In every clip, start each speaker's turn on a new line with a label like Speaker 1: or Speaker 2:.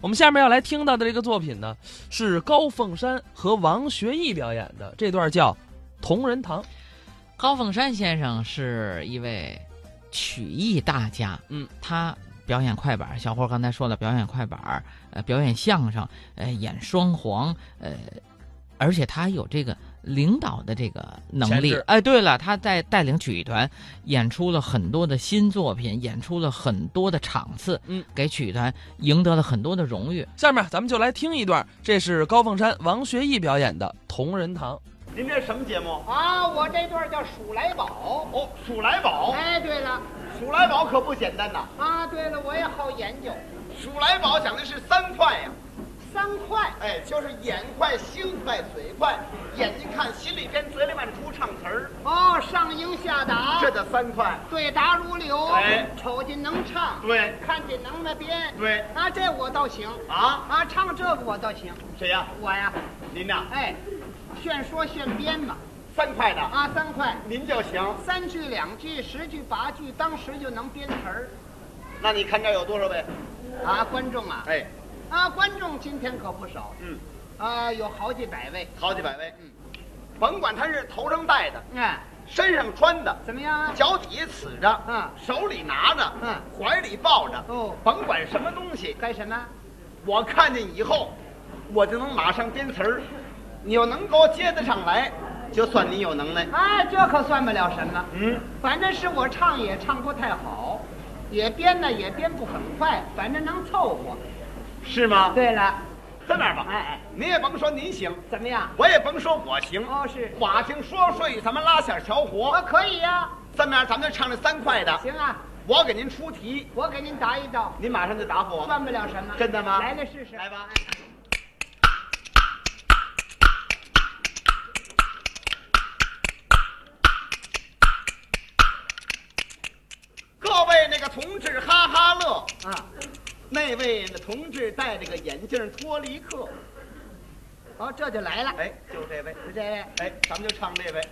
Speaker 1: 我们下面要来听到的这个作品呢，是高凤山和王学义表演的，这段叫《同仁堂》。
Speaker 2: 高凤山先生是一位曲艺大家，
Speaker 1: 嗯，
Speaker 2: 他表演快板儿，小霍刚才说了，表演快板儿，呃，表演相声，呃，演双簧，呃，而且他有这个领导的这个能
Speaker 1: 潜
Speaker 2: 力
Speaker 1: 质。
Speaker 2: 哎，对了，他在带领曲艺团演出了很多的新作品，演出了很多的场次，
Speaker 1: 嗯，
Speaker 2: 给曲艺团赢得了很多的荣誉。
Speaker 1: 下面咱们就来听一段，这是高凤山、王学义表演的《同仁堂》。
Speaker 3: 您这什么节目？
Speaker 4: 啊，我这段叫数来宝。
Speaker 3: 哦，数来宝，
Speaker 4: 哎，对了，
Speaker 3: 数来宝可不简单呐！
Speaker 4: 啊，对了，我也好研究。
Speaker 3: 数来宝讲的是三快呀、
Speaker 4: 三块，
Speaker 3: 哎，就是眼快、心快、嘴快，眼睛看，心里边，嘴里满出唱词儿，
Speaker 4: 哦，上应下达，
Speaker 3: 这叫三快。
Speaker 4: 对答如流，
Speaker 3: 哎
Speaker 4: 瞅见能唱，
Speaker 3: 对
Speaker 4: 看见能那编，
Speaker 3: 对
Speaker 4: 啊，这我倒行，
Speaker 3: 啊，
Speaker 4: 啊，唱这个我倒行，
Speaker 3: 谁呀、
Speaker 4: 我呀，
Speaker 3: 您呐、
Speaker 4: 哎，炫说炫编吧，
Speaker 3: 三快的，
Speaker 4: 啊，三块，
Speaker 3: 您就行。
Speaker 4: 三句两句十句八句，当时就能编词儿，
Speaker 3: 那你看这儿有多少位？
Speaker 4: 啊，观众啊，
Speaker 3: 哎，
Speaker 4: 啊，观众今天可不少，
Speaker 3: 嗯，
Speaker 4: 啊，有好几百位，
Speaker 3: 好几百位。嗯，甭管他是头上戴的，
Speaker 4: 哎，
Speaker 3: 身上穿的，
Speaker 4: 怎么样啊？
Speaker 3: 脚底下呲着，
Speaker 4: 嗯
Speaker 3: 手里拿着，
Speaker 4: 嗯，
Speaker 3: 怀里抱着，
Speaker 4: 哦
Speaker 3: 甭管什么东西，
Speaker 4: 干什么？
Speaker 3: 我看见以后，我就能马上编词儿。你要能给我接得上来，就算你有能耐。
Speaker 4: 哎，这可算不了什么。
Speaker 3: 嗯，
Speaker 4: 反正是我唱也唱不太好，也编呢也编不很快，反正能凑合。
Speaker 3: 是吗？
Speaker 4: 对了，
Speaker 3: 这么样吧，
Speaker 4: 哎哎，
Speaker 3: 您也甭说您行，
Speaker 4: 怎么样？
Speaker 3: 我也甭说我行。
Speaker 4: 哦，是，
Speaker 3: 瓦听说睡，咱们拉下小
Speaker 4: 我
Speaker 3: 伙。
Speaker 4: 可以呀、
Speaker 3: 这么样，咱们就唱这三块的。
Speaker 4: 行啊，
Speaker 3: 我给您出题，
Speaker 4: 我给您答一道，
Speaker 3: 您马上就答复我。
Speaker 4: 算不了什么。
Speaker 3: 真的吗哎
Speaker 4: 来了试试。
Speaker 3: 来吧。各位那个同志哈哈乐，
Speaker 4: 啊，
Speaker 3: 那位那同志戴着个眼镜脱离客，
Speaker 4: 哦，这就来了。
Speaker 3: 哎，就这位，
Speaker 4: 就这位，
Speaker 3: 哎，咱们就唱这位，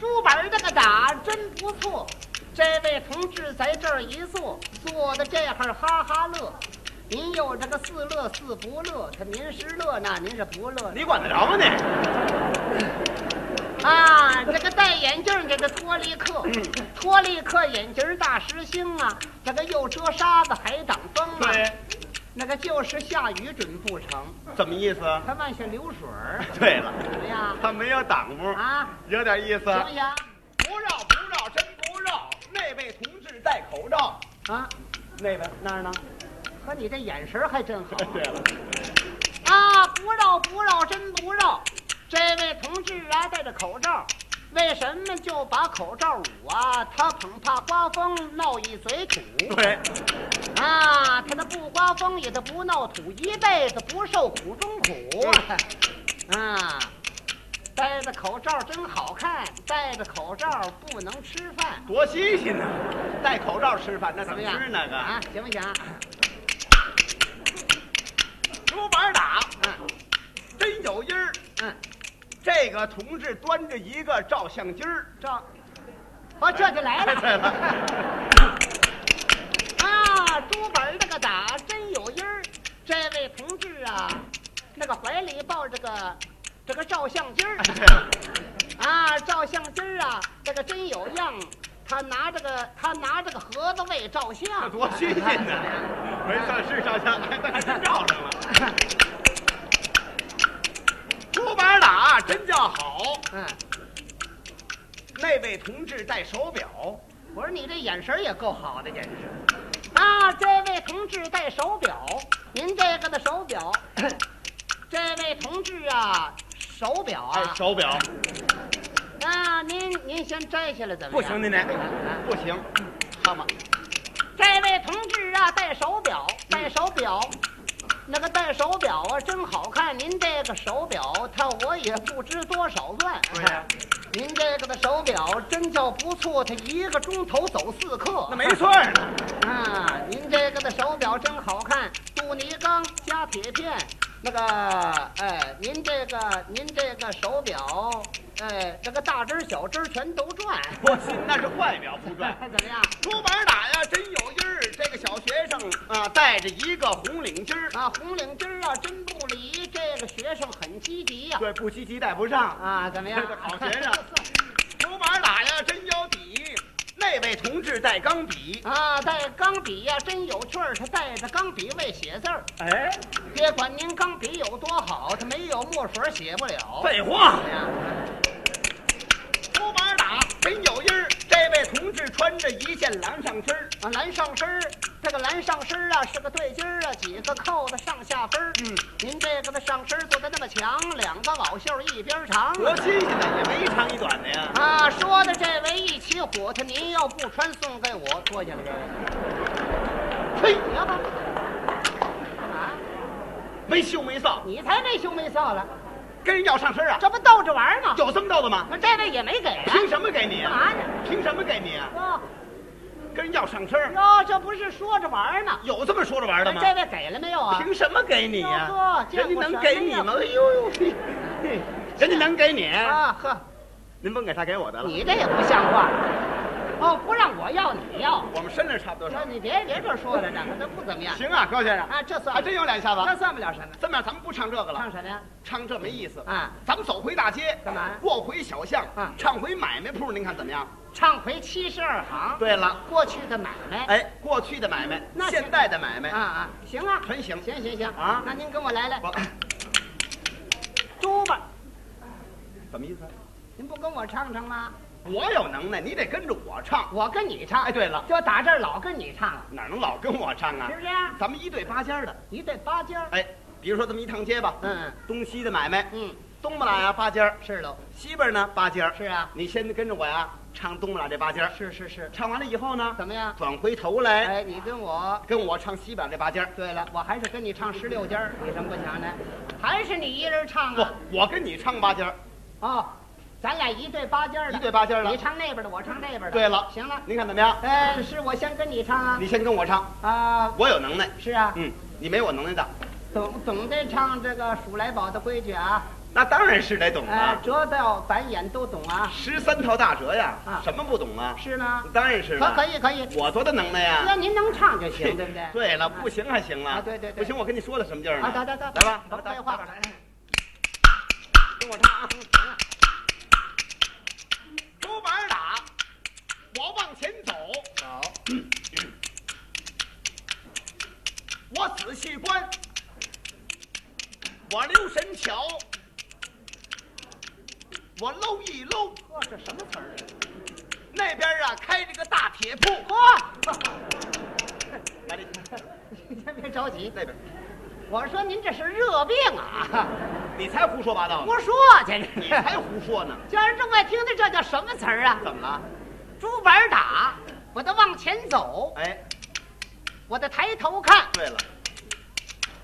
Speaker 4: 朱本儿这个打真不错，这位同志在这儿一坐，坐的这会儿哈哈乐。您有这个似乐似不乐，他您是乐呢，您是不乐呢？
Speaker 3: 你管得着吗你？
Speaker 4: 啊，这个戴眼镜儿这个托利克， 托利克眼镜儿大师兄啊，这个又遮沙子还挡风啊，，那个就是下雨准不成，
Speaker 3: 怎么意思？
Speaker 4: 他往下流水儿，
Speaker 3: 对了，
Speaker 4: 怎么样？
Speaker 3: 他没有挡夫，
Speaker 4: 啊，
Speaker 3: 有点意思。
Speaker 4: 行不行？
Speaker 3: 不绕不绕，真不绕。那位同志戴口罩，
Speaker 4: 啊，
Speaker 3: 那位那儿呢？
Speaker 4: 和你这眼神儿还真好
Speaker 3: 对了，
Speaker 4: 啊！不绕不绕，真不绕。这位同志啊，戴着口罩，为什么就把口罩捂啊？他恐怕刮风闹一嘴土。
Speaker 3: 对。
Speaker 4: 啊，他那不刮风也他不闹土，一辈子不受苦中苦。
Speaker 3: 嗯
Speaker 4: 啊，戴着口罩真好看，戴着口罩不能吃饭，
Speaker 3: 多新鲜呢！戴口罩吃饭，那
Speaker 4: 怎
Speaker 3: 怎
Speaker 4: 么
Speaker 3: 么
Speaker 4: 样？
Speaker 3: 吃那个
Speaker 4: 啊？，行不行？
Speaker 3: 竹板打，
Speaker 4: 嗯
Speaker 3: 真有音儿。
Speaker 4: 嗯，
Speaker 3: 这个同志端着一个照相机儿，
Speaker 4: 这，哦，这就来
Speaker 3: 对
Speaker 4: 了。
Speaker 3: 了，
Speaker 4: 啊，朱本儿这个打真有音儿，这位同志啊，那个怀里抱着个这个照相机儿。
Speaker 3: 对了，
Speaker 4: 啊，照相机儿啊，这个真有样。他拿这个，他拿这个盒子为照相，
Speaker 3: 多新 鲜呢！没事，是照相，还还真照上了。竹板打真叫好，
Speaker 4: 嗯，
Speaker 3: 那位同志戴手 表，
Speaker 4: 我说你这眼神儿也够好的，简直。啊，这位同志戴手表，您这个的手表，
Speaker 3: 啊
Speaker 4: 这位同志啊，手表啊，
Speaker 3: 手表
Speaker 4: 啊，您您先摘下来怎么
Speaker 3: 不
Speaker 4: 样？嗯
Speaker 3: 行，您这不行，好吗？
Speaker 4: 这位同志啊，戴手表，戴手表，那个戴手表啊，真好看。您这个手表，它我也不知多少万。
Speaker 3: 对哎呀
Speaker 4: 您这个的手表真叫不错，它一个钟头走四克。
Speaker 3: 那没错儿呢。
Speaker 4: 啊，您这个的手表真好看，镀泥钢加铁片。那个，哎，您这个您这个手表，哎，这个大汁儿小汁儿全都赚，
Speaker 3: 我信那是外表不赚。
Speaker 4: 怎么样？
Speaker 3: 竹板打呀，真有音儿。这个小学生啊，带着一个红领巾儿，
Speaker 4: 啊，红领巾儿啊，真不离这个学生很积极呀、
Speaker 3: 对，不积极带不上。？
Speaker 4: 啊，怎么样
Speaker 3: 好学生竹板打呀，真有底。那位同志带钢笔，
Speaker 4: 啊，带钢笔呀、真有趣儿，他带着钢笔为写字儿。
Speaker 3: 哎，
Speaker 4: 别管您钢笔有多好，他没有墨水儿写不了。 啊
Speaker 3: 废话
Speaker 4: 怎。么样
Speaker 3: 竹板打真有音儿。这位同志穿着一件蓝上身儿，
Speaker 4: 啊，蓝上身儿，这个蓝上身儿啊是个对襟儿啊，几个扣子上下分儿。
Speaker 3: 嗯，
Speaker 4: 您这个的上身儿做的那么强，两个老袖儿一边 儿长。
Speaker 3: 多新鲜呐，也没一长一短的呀。
Speaker 4: 啊，说的这位一起火他，您要不穿送给我，脱下来这个。吹你要吧？干嘛？
Speaker 3: 没羞没臊，
Speaker 4: 啊你才没羞没臊了，
Speaker 3: 跟人要上身啊？
Speaker 4: 这不逗着玩儿吗？
Speaker 3: 有这么逗的吗？
Speaker 4: 那这位也没给啊？
Speaker 3: 凭什么给你
Speaker 4: 干
Speaker 3: 啊？
Speaker 4: 嘛呢？
Speaker 3: 凭什么给你啊？
Speaker 4: 哟
Speaker 3: 跟人要上身儿，
Speaker 4: 哟，这不是说着玩儿呢？
Speaker 3: 有这么说着玩的吗？
Speaker 4: 这位给了没有啊？
Speaker 3: 凭什么给你呀、
Speaker 4: 哟呵见
Speaker 3: 人
Speaker 4: 过
Speaker 3: 家能给你吗？
Speaker 4: 什么
Speaker 3: 哎呦 呦，嘿嘿人家能给你？
Speaker 4: 啊呵，
Speaker 3: 您甭给他，给我的了。
Speaker 4: 你这也不像话。哦，不让我要，你要。
Speaker 3: 我们身量差不多
Speaker 4: 说
Speaker 3: 少？
Speaker 4: 你别别这说了，这个都不怎么样。
Speaker 3: 行啊，高先生，
Speaker 4: 啊，这算
Speaker 3: 还真有两下
Speaker 4: 这
Speaker 3: 子。
Speaker 4: 算不了什么。
Speaker 3: 这么样，咱们不唱这个了
Speaker 4: 唱，什么呀？
Speaker 3: 唱这没意思。
Speaker 4: 啊，
Speaker 3: 咱们走回大街，
Speaker 4: 干嘛
Speaker 3: 过回小巷
Speaker 4: 啊，
Speaker 3: 唱回买卖铺，您看怎么样？
Speaker 4: 唱回七十二行。
Speaker 3: 对了，
Speaker 4: 过去的买卖。
Speaker 3: 哎，过去的买卖，
Speaker 4: 那行
Speaker 3: 现在的买卖
Speaker 4: 啊，啊，行啊，
Speaker 3: 全行。
Speaker 4: 行行行
Speaker 3: 啊
Speaker 4: 那您跟我来来
Speaker 3: 我
Speaker 4: 猪吧，
Speaker 3: 怎么意思？
Speaker 4: 您不跟我唱唱吗？
Speaker 3: 我有能耐，你得跟着我唱。
Speaker 4: 我跟你唱。
Speaker 3: 哎，对了，
Speaker 4: 就打这儿老跟你唱了，
Speaker 3: 哪能老跟我唱啊
Speaker 4: 是？不是啊？
Speaker 3: 咱们一对八尖儿的，
Speaker 4: 一对八尖儿。
Speaker 3: 哎，比如说这么一趟街吧，
Speaker 4: 嗯
Speaker 3: 东西的买卖，
Speaker 4: 嗯，
Speaker 3: 东不拉呀八尖儿，
Speaker 4: 是喽，
Speaker 3: 西边呢八尖儿。
Speaker 4: 是啊，
Speaker 3: 你先跟着我呀，唱东不拉这八尖儿。
Speaker 4: 是是是。
Speaker 3: 唱完了以后呢，
Speaker 4: 怎么样？
Speaker 3: 转回头来
Speaker 4: 嗯哎，你跟我。
Speaker 3: 跟我唱西边这八尖儿。
Speaker 4: 对了，我还是跟你唱十六尖儿，你怎么不想呢？还是你一人唱啊？
Speaker 3: 不，我跟你唱八尖儿。
Speaker 4: 哦，咱俩一对八尖儿的，
Speaker 3: 一对八尖儿的
Speaker 4: 你唱那边的，我唱那边的。
Speaker 3: 对了
Speaker 4: 行了，
Speaker 3: 您看怎么样？
Speaker 4: 哎，是我先跟你唱啊
Speaker 3: 你先跟我唱，
Speaker 4: 啊，
Speaker 3: 我有能耐。
Speaker 4: 是啊，
Speaker 3: 嗯，你没我能耐的，
Speaker 4: 总总得唱这个数来宝的规矩啊，
Speaker 3: 那当然是得懂
Speaker 4: 哎
Speaker 3: 啊，。
Speaker 4: 折道板眼都懂啊，
Speaker 3: 十三条大折呀
Speaker 4: 啊，
Speaker 3: 什么不懂啊？
Speaker 4: 是呢，
Speaker 3: 当然是
Speaker 4: 可
Speaker 3: 了。
Speaker 4: 可以可以，
Speaker 3: 我多大能耐
Speaker 4: 只要
Speaker 3: 呀？
Speaker 4: 您能唱就行，对不对？
Speaker 3: 对了，不行还行了。
Speaker 4: 啊对对对
Speaker 3: 不行，我跟你说的什么劲儿呢？
Speaker 4: 啊，得得得，
Speaker 3: 来吧，
Speaker 4: 甭
Speaker 3: 来
Speaker 4: 废话
Speaker 3: 吧，
Speaker 4: 了。
Speaker 3: 跟我唱啊。竹板打，我往前走。
Speaker 4: 好，
Speaker 3: 我仔细观，我留神瞧，我搂一搂，
Speaker 4: 呵，这什么词儿？
Speaker 3: 那边啊开着个大铁铺，
Speaker 4: 嚯，
Speaker 3: 来你看
Speaker 4: 您先别着急，
Speaker 3: 那边，
Speaker 4: 我说您这是热病啊，
Speaker 3: 你才胡说八道呢，
Speaker 4: 胡说去这
Speaker 3: 你
Speaker 4: 是。
Speaker 3: 才胡说呢，
Speaker 4: 叫人正爱听的，这叫什么词儿啊？
Speaker 3: 怎么了？
Speaker 4: 竹板打，我得往前走，
Speaker 3: 哎，
Speaker 4: 我得抬头看，
Speaker 3: 对了，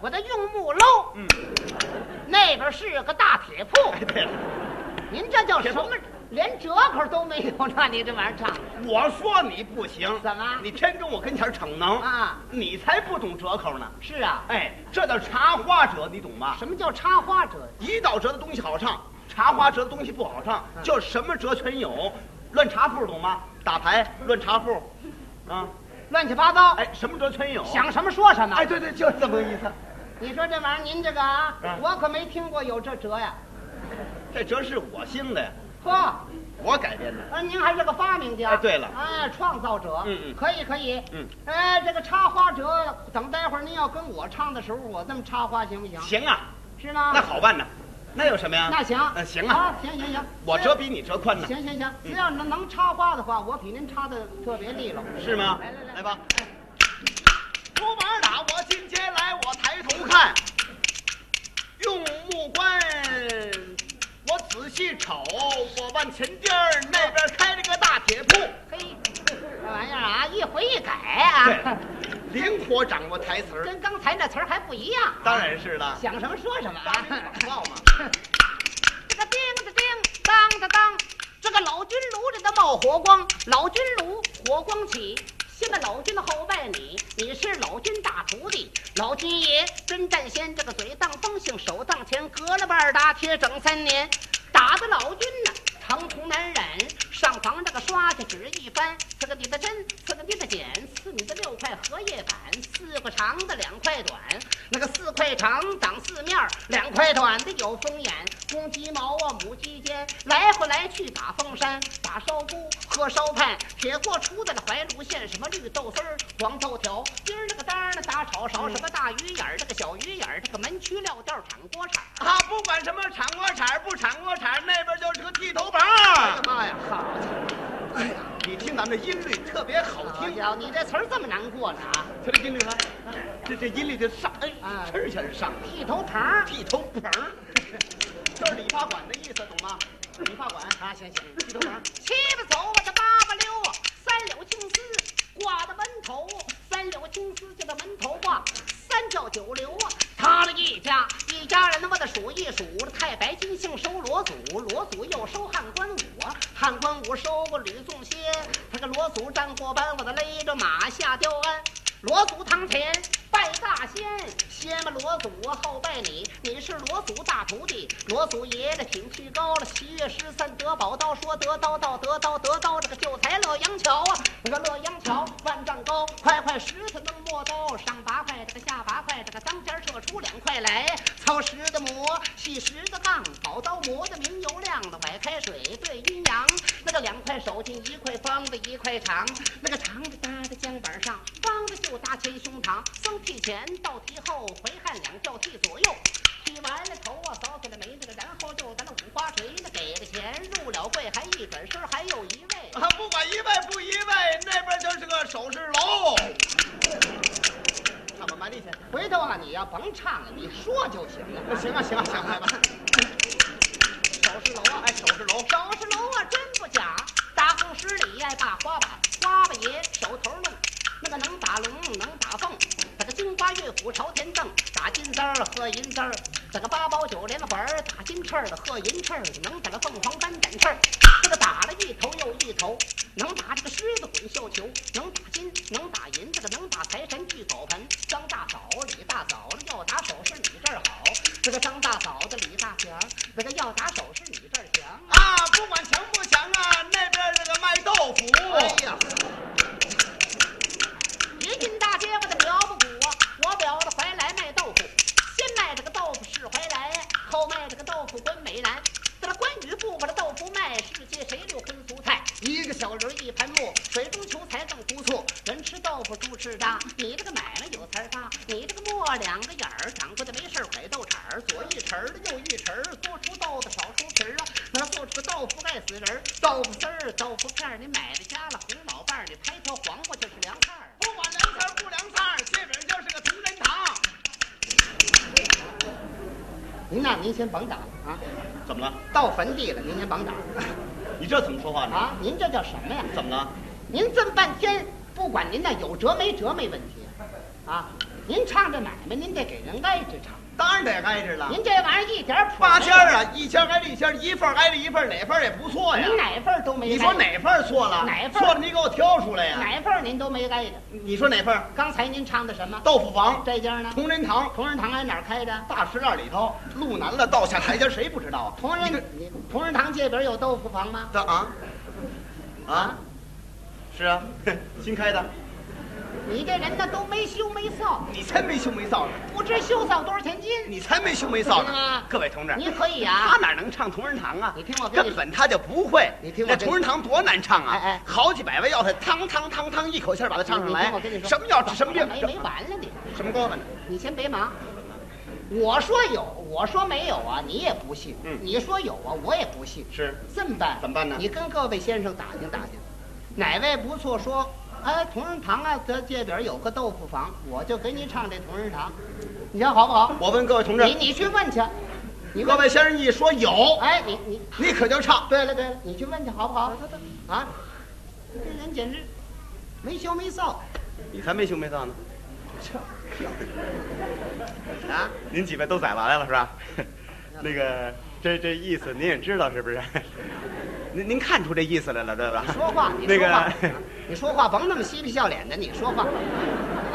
Speaker 4: 我得用目搂。
Speaker 3: 嗯，
Speaker 4: 那边是个大铁铺，
Speaker 3: 哎对了，
Speaker 4: 您这叫
Speaker 3: 铁
Speaker 4: 什
Speaker 3: 铺
Speaker 4: 么？连折扣都没有，那你这玩意儿唱的
Speaker 3: 我说你不行，
Speaker 4: 怎么
Speaker 3: 你偏跟我跟前儿逞能，
Speaker 4: 啊？
Speaker 3: 你才不懂折扣呢，
Speaker 4: 是啊，
Speaker 3: 哎，这叫茶花折，你懂吧？
Speaker 4: 什么叫插花者？
Speaker 3: 胰岛折的东西好唱，茶花折的东西不好唱，
Speaker 4: 嗯
Speaker 3: 就什么折全有。乱茶铺懂吗？打牌乱茶铺，啊，
Speaker 4: 乱七八糟，
Speaker 3: 哎，什么折全有。
Speaker 4: 想什么说什么
Speaker 3: 哎，。对对，就这么个意思。
Speaker 4: 你说这玩意儿，您这个啊
Speaker 3: 嗯，
Speaker 4: 我可没听过有这折呀。
Speaker 3: 这折是我兴的，
Speaker 4: 嚯，
Speaker 3: 我改编的。
Speaker 4: 呃您还是个发明家。
Speaker 3: 哎对了
Speaker 4: 哎，创造者。
Speaker 3: 嗯嗯
Speaker 4: 可以可以。
Speaker 3: 嗯，
Speaker 4: 哎，这个插花折，等待会儿您要跟我唱的时候，我这么插花行不行？
Speaker 3: 行啊，
Speaker 4: 是吗？
Speaker 3: 那好办呐，那有什么呀？
Speaker 4: 那行，
Speaker 3: 嗯行啊，
Speaker 4: 行行行，
Speaker 3: 我折比你折宽呢，
Speaker 4: 行行行，只要能能插花的话，我比您插的特别利落。
Speaker 3: 是吗？
Speaker 4: 来来来
Speaker 3: 吧。竹板打我进街来，我抬头看，用目观，我仔细瞅，我往前颠儿那边开了个大铁铺。
Speaker 4: 嘿，这玩意儿啊，一回一改啊，
Speaker 3: 灵活掌握台词儿，
Speaker 4: 跟刚才那词儿还不一样。
Speaker 3: 当然是了。
Speaker 4: 想什么说什么
Speaker 3: 当
Speaker 4: 啊
Speaker 3: 然！广告嘛，
Speaker 4: 这个叮的叮，当的当，这个老君炉里的冒火光，老君炉火光起。先拜老君的后拜你，你是老君大徒弟，老君爷真占先，这个嘴当风行，手当钱，隔了半儿打铁整三年。打的老君呐，长途难忍，上房这个刷下纸一翻，四个底的针，四个底的剪，四米的六块荷叶板，四个长的两块短，那个四块长长四面儿，两块短的有风眼，公鸡毛啊母鸡尖，来回来去打风扇，打烧菇，喝烧炭，铁锅出的那怀炉馅，什么绿豆丝儿、黄豆条，今儿那个当儿那打炒勺，什么大鱼眼儿、这个小鱼眼儿、这个门曲料调铲锅铲。
Speaker 3: 啊，不管什么铲锅铲不铲锅铲，那边就是个剃头
Speaker 4: 哎呀
Speaker 3: 棒。
Speaker 4: 妈呀，好家伙！
Speaker 3: 哎呀，你听咱们这音律特别好
Speaker 4: 好
Speaker 3: 听，
Speaker 4: 家伙，你这词儿这么难过呢啊？
Speaker 3: 听这音律啊，这这音律就上，哎，
Speaker 4: 啊
Speaker 3: 呲儿一下就上了。
Speaker 4: 剃头疼儿
Speaker 3: 剃头盆儿，这是理发馆的意思，懂吗？理发馆
Speaker 4: 啊，行行，
Speaker 3: 剃头盆儿，
Speaker 4: 七八走我这八八溜啊，三绺青丝挂在门头，三绺青丝就在门头挂，三教九流啊，他的一家一家人我得数一数，这太白金星收罗祖，罗祖又收汉关武啊，汉关武收过吕洞宾，他个罗祖战过班，我得勒着马下雕鞍。罗祖堂前拜大仙，仙嘛罗祖后拜你，你是罗祖大徒弟，罗祖爷的挺气高了。七月十三得宝刀，说得刀道得刀得刀，这个秀才乐阳桥啊，那个乐阳桥万丈高，快快石头弄磨刀，上八块这个下八块，这个当间射出两块来，操石头磨，细石头杠，宝刀磨的明油亮的，崴开水对阴阳，那个两块手劲一块方的一块长，那个长的搭在江板上，方的就搭前胸膛，僧剃前倒剃后，回汉两教剃左右。剃完了头啊，扫起了眉那个，然后就咱那五花锤那给了钱，入了柜，还一转身还有一位。
Speaker 3: 啊，不管一位不一位，那边就是个首饰楼。看吧，蛮力去。
Speaker 4: 回头啊，你呀、甭唱了，你说就行了。
Speaker 3: 行啊，行啊，行啊，来吧。
Speaker 4: 首饰楼啊，
Speaker 3: 哎，首饰楼，
Speaker 4: 首饰楼啊，真不假，大红十里爱把花把，花把爷手头弄，那个能打龙，能打凤，那个金瓜玉斧朝天蹬，打金丝儿喝银丝儿，这个八宝九连环儿打金翅儿的喝银翅儿，能打个凤凰斑展翅儿，这个打了一头又一头，能打这个狮子滚绣球，能打金，能打银，这个能打财神聚狗盆，张大嫂、李大嫂要打手是你这儿好，这个张大嫂子、李大强，这个要打手是你这儿强。
Speaker 3: 啊，不管强不强啊，那边那个卖豆腐。
Speaker 4: 哎呀，一进大街我的表不鼓啊，我表的怀来卖豆腐，先卖这个豆腐是怀来，后卖这个豆腐关美兰。在这关羽布把这豆腐卖，世界谁六荤俗菜？一个小人儿一盘木，水中求财更不错。人吃豆腐猪吃渣，你这个买卖有财儿发，你这个磨两个眼儿，掌柜的没事儿拐豆铲儿，左一匙儿右一匙儿，多出豆子少出皮儿啊。那做出个豆腐爱死人儿，豆腐丝儿、豆腐片儿，你买的加了红脑瓣儿，你拍条黄瓜就是凉菜儿。
Speaker 3: 不管凉菜不凉菜，这本就是个同仁堂。
Speaker 4: 您呐，您先甭打了啊，
Speaker 3: 怎么了？
Speaker 4: 到坟地了，您先甭打了
Speaker 3: 你这怎么说话？
Speaker 4: 啊。您这叫什么呀？
Speaker 3: 怎么了？
Speaker 4: 您这么半天，不管您那有辙没辙没问题啊，啊，您唱这买卖，您得给人挨着唱。啊
Speaker 3: 当然得挨着了。
Speaker 4: 您这玩意儿一点儿谱
Speaker 3: 八
Speaker 4: 没
Speaker 3: 签
Speaker 4: 有
Speaker 3: 儿，啊，一签儿挨着一签儿，一份儿挨着一份儿，哪份儿也不错哎呀。
Speaker 4: 您哪份儿都没挨。
Speaker 3: 你说？哪份儿错了？
Speaker 4: 哎哪份儿
Speaker 3: 错了？你给我挑出来呀、
Speaker 4: 哪份儿您都没挨着。
Speaker 3: 你说哪份儿？
Speaker 4: 刚才您唱的什么？
Speaker 3: 豆腐房、
Speaker 4: 这家呢？
Speaker 3: 同仁堂、
Speaker 4: 同仁堂挨哪儿开的？
Speaker 3: 大石栏里头，路南了道下台阶，谁不知道啊？
Speaker 4: 同仁，你同仁堂这边有豆腐房吗？
Speaker 3: 的啊啊，是啊，新开的。
Speaker 4: 你这人呢都没羞没臊，
Speaker 3: 你才没羞没臊呢！
Speaker 4: 不知羞臊多少钱斤。
Speaker 3: 你才没羞没臊
Speaker 4: 是
Speaker 3: 呢
Speaker 4: 吗！
Speaker 3: 各位同志，
Speaker 4: 啊你可以
Speaker 3: 他
Speaker 4: 啊，
Speaker 3: 哪能唱同仁堂啊？
Speaker 4: 你听我跟你
Speaker 3: 根本他就不会。
Speaker 4: 你听我
Speaker 3: 那
Speaker 4: 跟
Speaker 3: 同仁堂多难唱啊！
Speaker 4: 哎哎
Speaker 3: 好几百位要他汤汤汤汤一口气儿把它唱上来。
Speaker 4: 你听我跟你说
Speaker 3: 什么药治什么病？
Speaker 4: 没
Speaker 3: 什
Speaker 4: 没完了你，
Speaker 3: 什么高呢？
Speaker 4: 你先别忙。我说有，我说没有啊，你也不信。
Speaker 3: 嗯
Speaker 4: 你说有啊，我也不信。
Speaker 3: 是
Speaker 4: 这么办？
Speaker 3: 怎么办呢
Speaker 4: 你跟各位先生打听打听，哪位不错说，哎，同仁堂啊，咱这边有个豆腐房，我就给你唱这同仁堂，你瞧好不好？
Speaker 3: 我问各位同
Speaker 4: 你
Speaker 3: 志，
Speaker 4: 你去问去，你
Speaker 3: 各
Speaker 4: 问。
Speaker 3: 位先生一说有，
Speaker 4: 哎，你你
Speaker 3: 你可就唱。
Speaker 4: 对了对了，你去问去好不好？啊，这人简直没羞没臊。
Speaker 3: 你才没羞没臊呢！
Speaker 4: 啊，
Speaker 5: 您几位都宰娃来了是吧？那个，这这意思您也知道是不是？您您看出这意思来了对吧？
Speaker 4: 你说话，你
Speaker 5: 那
Speaker 4: 说话，
Speaker 5: 个，
Speaker 4: 你说话甭那么嬉皮笑脸的，你说话，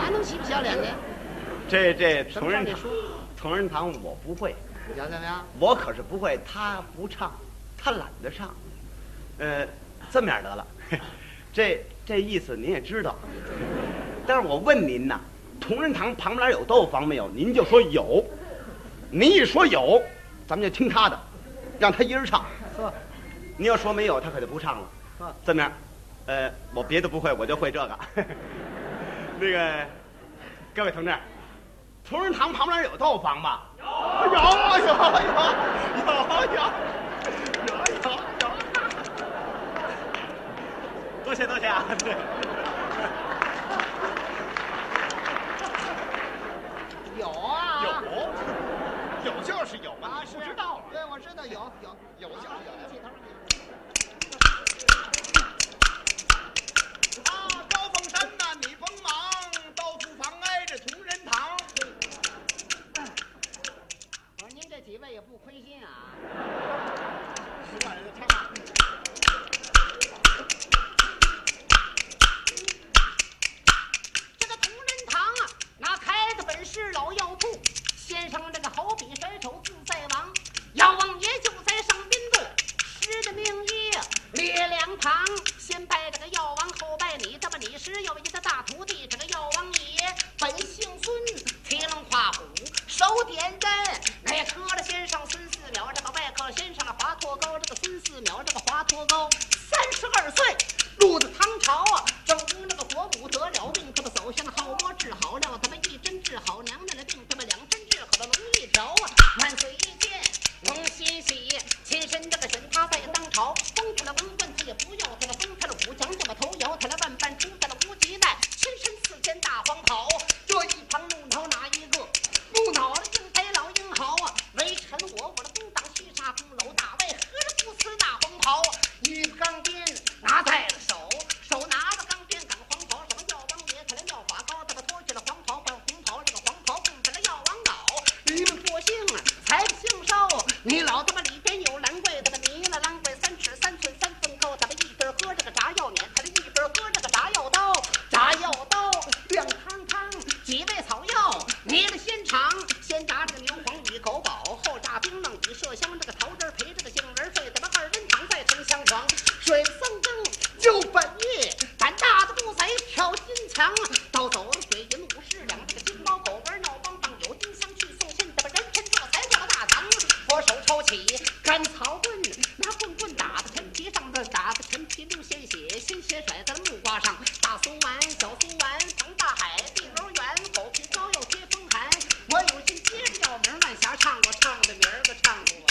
Speaker 4: 哪那么嬉皮笑脸的？
Speaker 5: 这这
Speaker 4: 什
Speaker 5: 同
Speaker 4: 么事儿
Speaker 5: 仁
Speaker 4: 你
Speaker 5: 堂
Speaker 4: 说，
Speaker 5: 同仁堂我不会，
Speaker 4: 你瞧见没有？
Speaker 5: 我可是不会，他不唱，
Speaker 3: 他懒得上。呃，这么样得了， 这这意思您也知道。但是我问您呐，同仁堂旁边有豆腐房没有？您就说有。您一说有，咱们就听他的，让他一人唱。
Speaker 4: 呵，
Speaker 3: 您要说没有，他可就不唱了。
Speaker 4: 呵
Speaker 3: 这么样，呃，我别的不会，我就会这个。 那个，各位同志，同仁堂旁边有豆房吧？有有有有有有有有多谢多谢啊！对，
Speaker 4: 有啊，
Speaker 3: 有有就是有嘛，
Speaker 4: 不知道，对，我知道有有
Speaker 3: 有
Speaker 4: 有
Speaker 3: 就是有。
Speaker 4: 一起头儿
Speaker 3: 啊，高凤山呐，你甭忙，豆腐房挨着同仁堂。
Speaker 4: 我说您这几位也不亏心啊。这个同仁堂啊，拿开的本事老药铺，先生这个好比甩手自在王，药王爷就在上宾部，师的命医列两堂，先拜这个药王，后拜你，这么你师有一个大徒弟，这个药王爷本姓孙，提龙画虎，手点针，那磕了先生孙四苗，这个外科先生的华佗高，这个孙四苗，这个华佗高，三十二岁，入的唐朝啊，正宗这个国母得了病，他们走向好摸治好了，他们一针治好娘娘的病，他们两针治好了龙一条啊，万岁一见龙欣喜，亲身这个神他在当朝，封他了文官他也不要，他了封他了武将这么头摇，他了万般出他了无极难，身身四件大黄袍，这一旁怒挠哪一个？怒恼了应该老英豪啊，为臣我我的东挡西杀功劳大外，何日不辞大黄袍？一钢鞭拿在了手，手拿着钢鞭赶黄袍，什么叫王爷？可怜妙法高，这个脱去了黄袍换红袍，这个黄袍更成了药王脑。愚民不啊姓财不姓寿，啊你老他妈里边有蓝桂，他妈泥了蓝桂三尺三寸三分高，咱们一边喝这个炸药碾，他们一边喝这个炸药刀，炸药刀亮堂堂，几味草药捏了先尝，先炸这个牛黄与狗宝，后炸冰冷与麝香，这个桃仁儿陪这个杏仁儿碎，咱们二温糖再成香肠，水僧蒸就本意，胆大的不贼挑金强，盗走了水银武士两这个金毛狗儿闹梆梆，有金香去送信，咱们人参这才叫大唐。佛手抄起干草棍，拿棍棍打在陈皮上边，打在陈皮流鲜血，鲜血甩在了木瓜上。大苏丸、小苏丸、彭大海、地沟圆，狗皮膏药贴风寒。我有心接着要名儿，万霞唱我唱的名儿个唱的我。